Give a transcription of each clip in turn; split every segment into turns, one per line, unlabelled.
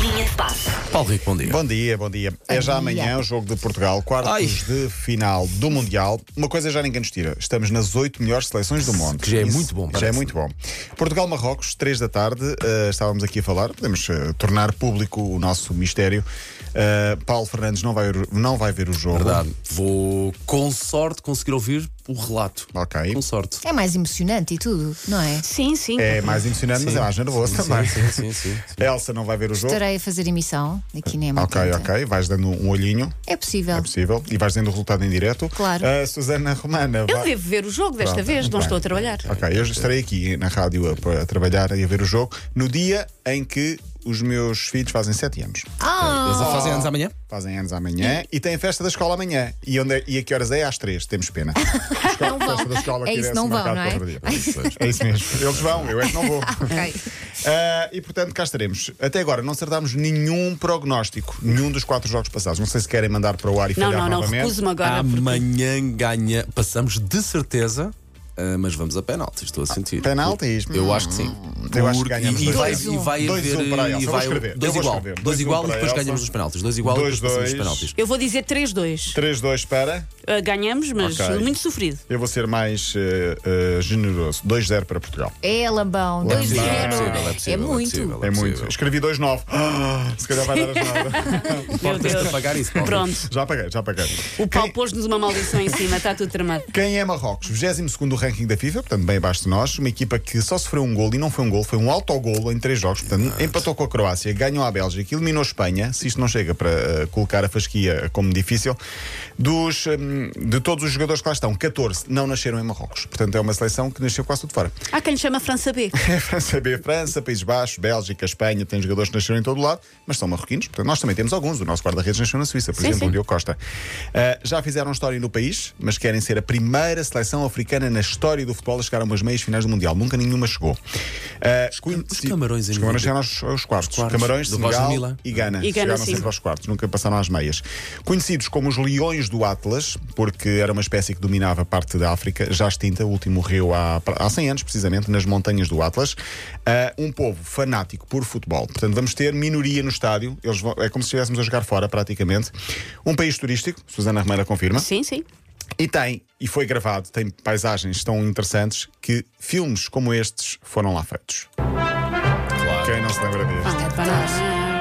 Linha de passe.
Paulo Rico, bom dia.
Bom dia, bom dia. É já amanhã o jogo de Portugal, quartos
Ai.
de final do Mundial. Uma coisa já ninguém nos tira. Estamos nas oito melhores seleções do mundo.
Que já é muito bom,
Já é
parece-me.
muito bom. Portugal-Marrocos, três da tarde. eh, estávamos aqui a falar. Podemos eh, tornar público o nosso mistério. Eh, Paulo Fernandes não vai, não vai ver o jogo.
Verdade. Vou, com sorte, conseguir ouvir o relato.
Ok.
Com sorte.
É mais emocionante e tudo, não é?
Sim, sim.
É mais emocionante, mas é mais nervoso
sim,
também.
Sim, sim, sim. sim.
A Elsa não vai ver o jogo.
Estarei a fazer emissão aqui na
Ok,
M80.
ok. Vais dando um olhinho.
É possível.
É possível. E vais dando o resultado em direto.
Claro.
A Susana Romana.
Eu
vai-
devo ver o jogo desta
Pronto,
vez,
muito
não
bem.
estou a trabalhar.
Ok, eu estarei aqui na rádio a, a trabalhar e a ver o jogo no dia em que os meus filhos fazem 7 anos.
Eles
Ah,
fazem anos amanhã?
Fazem anos amanhã e têm festa da escola amanhã. E, onde é- e a que horas é? Às 3, temos pena. A escola-
Não vão.
festa da escola
É isso,
tivesse
não vão,
marcado
não é?
para outro dia. É isso mesmo. Eles vão, eu é que não vou.
ok.
Ah, e portanto, cá estaremos. Até agora não acertámos nenhum prognóstico, nenhum dos quatro jogos passados. Não sei se querem mandar para o ar e
Não,
falhar
não, não,
novamente.
recuso-me agora. Tá, né? porque-
Amanhã ganha. Passamos de certeza, ah, mas vamos a penaltis, estou a sentir.
Penaltis? Hum,
Eu acho que sim.
Eu acho que
Porque-
ganhamos
e, e
dois
vai,
a um.
e vai
Dois
haver.
um para a Elsa.
e
Eu vou
vai-
escrever. Eu
Dois
vou
igual.
escrever. Dois
Dois
um
igual e
para a
depois
Elsa.
ganhamos os penaltis. Dois igual e
Dois,
depois passamos os
dois.
penaltis.
Eu vou dizer 3-2.
3-2 para.
Uh, ganhamos, mas
Ok.
muito sofrido.
Eu vou ser mais eh, eh, generoso. 2-0 para Portugal.
É lambão,
Lambão.
dois
Sim,
zero.
é
possível, é possível, é
muito.
possível.
É muito.
possível.
Escrevi 2-9. Ah, se calhar vai dar as nada.
Meu
Tens de
Deus.
apagar isso, Paulo.
Pronto.
já apaguei, já apaguei.
O pau pôs-nos uma maldição em cima, está tudo tramado.
Quem é Marrocos? 22 do ranking da FIFA, portanto, bem abaixo de nós. Uma equipa que só sofreu um gol e não foi um gol, foi um autogolo em três jogos. Portanto, empatou com a Croácia, ganhou a Bélgica, eliminou a Espanha. Se isto não chega para eh, colocar a fasquia como difícil, dos, hum, de todos os jogadores que lá estão, 14 não nasceram em Marrocos. Portanto, é uma seleção que nasceu quase tudo fora.
Há quem lhe chama França B.
É França B, França, Países Baixos, Bélgica, Espanha, tem jogadores que nasceram em todo lado, mas são marroquinos, portanto nós também temos alguns. O nosso guarda-redes nasceu na Suíça, por
Sim,
exemplo,
sim.
o Diogo Costa. Ah, já fizeram história no país, mas querem ser a primeira seleção africana na história do futebol a chegar a umas meias finais do Mundial. Nunca nenhuma chegou. Ah, coinci-
os Camarões em
Os
90.
Camarões chegaram aos, aos quartos.
quartos.
Camarões,
Do Roger
Senegal
Mila.
e Gana.
E Gana,
chegaram
sim.
sempre aos quartos, nunca passaram às meias. Conhecidos como os leões do Atlas, porque era uma espécie que dominava parte da África, já extinta, o último morreu há, há 100 anos, precisamente, nas montanhas do Atlas. Ah, um povo fanático por futebol. Portanto, vamos ter minoria no estádio, Eles vão- é como se estivéssemos a jogar fora, praticamente. Um país turístico, Susana Romana confirma.
Sim, sim.
E tem, e foi gravado, tem paisagens tão interessantes que filmes como estes foram lá feitos.
Claro.
Quem não se lembra disto?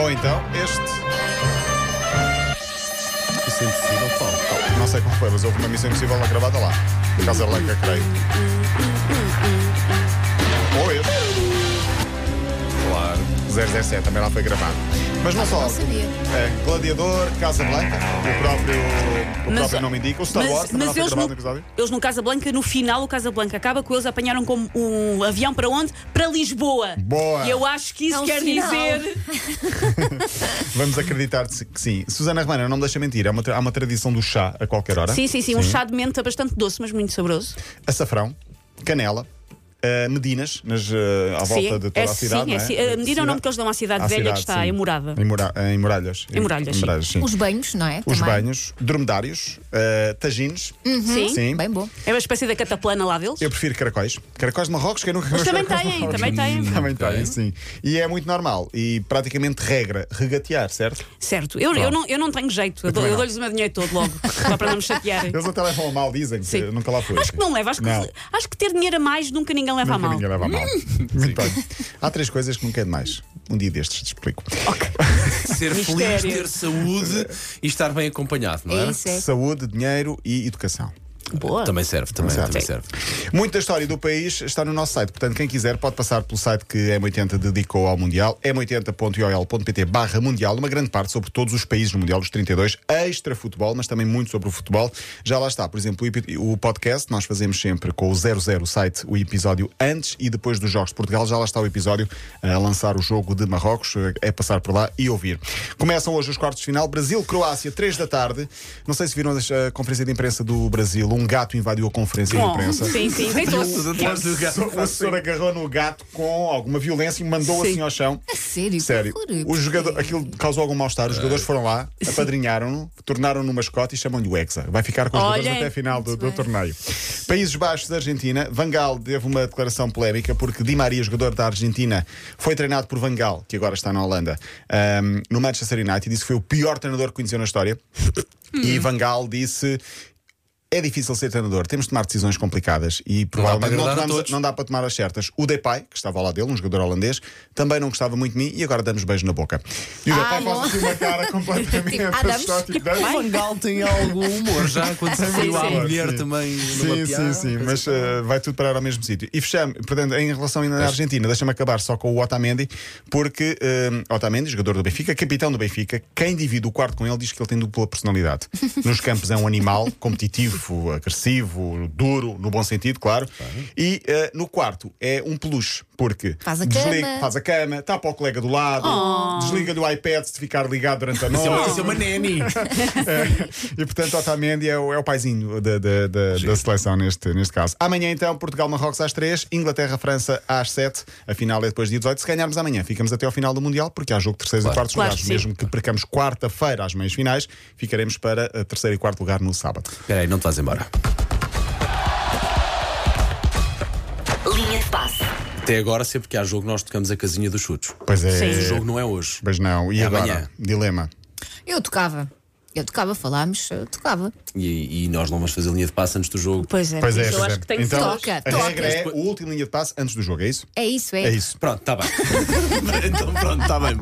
Ou então este.
Isso é impossível, Paulo.
Não sei como foi, mas houve uma missão impossível lá gravada lá. Por causa da Leica, creio. Ou este.
Claro.
007, também lá foi gravado. Mas não só.
Não sabia.
É, Gladiador, Casa Blanca, o próprio, o próprio nome indica. O Star Wars também lá foi
eles,
gravado no
no,
episódio.
eles no Casablanca, no final, o Casablanca acaba com eles, apanharam como um avião para onde? Para Lisboa.
Boa.
E eu acho que isso
É um
quer
sinal.
dizer.
Vamos acreditar que sim. Susana Romana, não me deixa mentir, há uma, tra- há uma tradição do chá a qualquer hora.
Sim, sim, sim, um chá de menta bastante doce, mas muito saboroso.
Açafrão, canela, ah, medinas, nas, ah, à volta
eh, sim,
de toda
é,
a cidade.
sim,
não é?
si- a medida é o nome que eles dão à cidade
À
velha
cidade,
que está é
sim.
em morada.
Em, Mora- em Muralhas.
Em Muralhas, sim.
sim.
Os banhos, não é?
Os
Também.
banhos, dromedários, uh, tagines.
Uhum. Sim.
Bem bom.
É uma espécie da cataplana lá deles.
Eu prefiro caracóis. Caracóis de Marrocos, quem nunca
Mas
comeu
também
caracóis de
têm,
Marrocos?
também têm.
Também
Ok.
têm, sim. E é muito normal. E praticamente regra, regatear, certo?
Certo, eu, eu, não, eu não tenho jeito, eu, dou-
também
eu
não.
dou-lhes o meu dinheiro todo logo, só para não me chatearem.
Eles até levam a mal, dizem, que
Sim.
eu nunca lá fui.
Acho que não leva, acho que,
Não.
acho que ter dinheiro a mais nunca ninguém leva
Nunca
a mal. Hum.
ninguém leva a mal. Muito bem. Há três coisas que nunca é demais. Um dia destes te explico.
Ser feliz,
Mistério.
ter saúde e estar bem acompanhado, não é?
É isso, é.
Saúde, dinheiro e educação.
Boa.
Também serve, também,
Exato.
também
Sim.
serve.
Muita história do país está no nosso site. Portanto, quem quiser pode passar pelo site que a M80 dedicou ao Mundial, m80.iol.pt barra Mundial, uma grande parte sobre todos os países do Mundial, os 32, extra futebol, mas também muito sobre o futebol. Já lá está, por exemplo, o epi- o podcast, nós fazemos sempre com o 00 site o episódio antes e depois dos Jogos de Portugal. Já lá está o episódio a lançar o jogo de Marrocos, é passar por lá e ouvir. Começam hoje os quartos de final, Brasil-Croácia, 3 da tarde. Não sei se viram a conferência de imprensa do Brasil, 1-1, um gato invadiu a conferência de
Bom,
imprensa. é,
sim, sim. deitou-se.
Atrás do é. gato.
O assessor agarrou no gato com alguma violência e mandou
Sim.
assim ao chão.
A sério? que É.
Sério,
horror.
o jogador, aquilo causou algum mal-estar. Os jogadores foram lá, apadrinharam-no, tornaram-no mascote e chamam-lhe o Hexa. Vai ficar com os
Olha,
jogadores até a final do,
muito
do
bem.
torneio. Países Baixos, Argentina. Vangal teve uma declaração polémica porque Di Maria, jogador da Argentina, foi treinado por Vangal, que agora está na Holanda, ahm, no Manchester United. Disse que foi o pior treinador que conheceu na história.
Hum.
E Vangal disse. É difícil ser treinador, temos de tomar decisões complicadas e provavelmente não,
agradar a
tomamos-
todos.
não não dá para tomar as certas. O Depay, que estava ao lado dele, um jogador holandês, também não gostava muito de mim e agora damos beijo na boca. E o
Ah,
Depay
não.
faz assim uma cara completamente
Tipo, ah, damos?
astótica.
O Vangal tem algum humor já quando se viu a
sim.
mulher também numa
Sim, sim,
piada,
sim,
coisa
mas eh, vai tudo parar ao mesmo sítio. E fechamos, portanto, em relação ainda à Argentina, deixa-me acabar só com o Otamendi, porque eh, Otamendi, jogador do Benfica, capitão do Benfica, quem divide o quarto com ele diz que ele tem dupla personalidade. Nos campos é um animal competitivo, agressivo, duro, no bom sentido, claro. E eh, no quarto é um peluche, porque
Faz a cama. Oh.
faz a cama, tapa o colega do lado, desliga-lhe o iPad se ficar ligado durante a
Isso é uma-
noite.
isso é uma neni.
E portanto, Otamendi é o, é o paizinho da, da, da, da seleção neste, neste caso. Amanhã, então, Portugal-Marrocos às 3, Inglaterra-França às 7. A final é depois de 18. Se ganharmos amanhã, ficamos até ao final do Mundial, porque há jogo de terceiros
Claro.
e quartos
Claro
lugares.
que sim.
Mesmo que percamos quarta-feira às meias finais, ficaremos para eh, terceiro e quarto lugar no sábado.
Espera aí, não te vais embora.
Linha de passe.
Até agora, sempre que há jogo, nós tocamos a casinha dos chutos.
Pois é.
Sim.
O jogo não é hoje.
Mas não. E
É
agora?
amanhã.
Dilema.
Eu tocava. Eu tocava, falámos, eu tocava.
E, e nós não vamos fazer linha de passe antes do jogo.
Pois é.
Pois é,
isso eu
pois
acho
é.
que tem que
então,
Toca,
a
toca.
regra é o último linha de passe antes do jogo, é isso?
É isso,
tá
É isso.
Pronto, está bem. então pronto, está bem.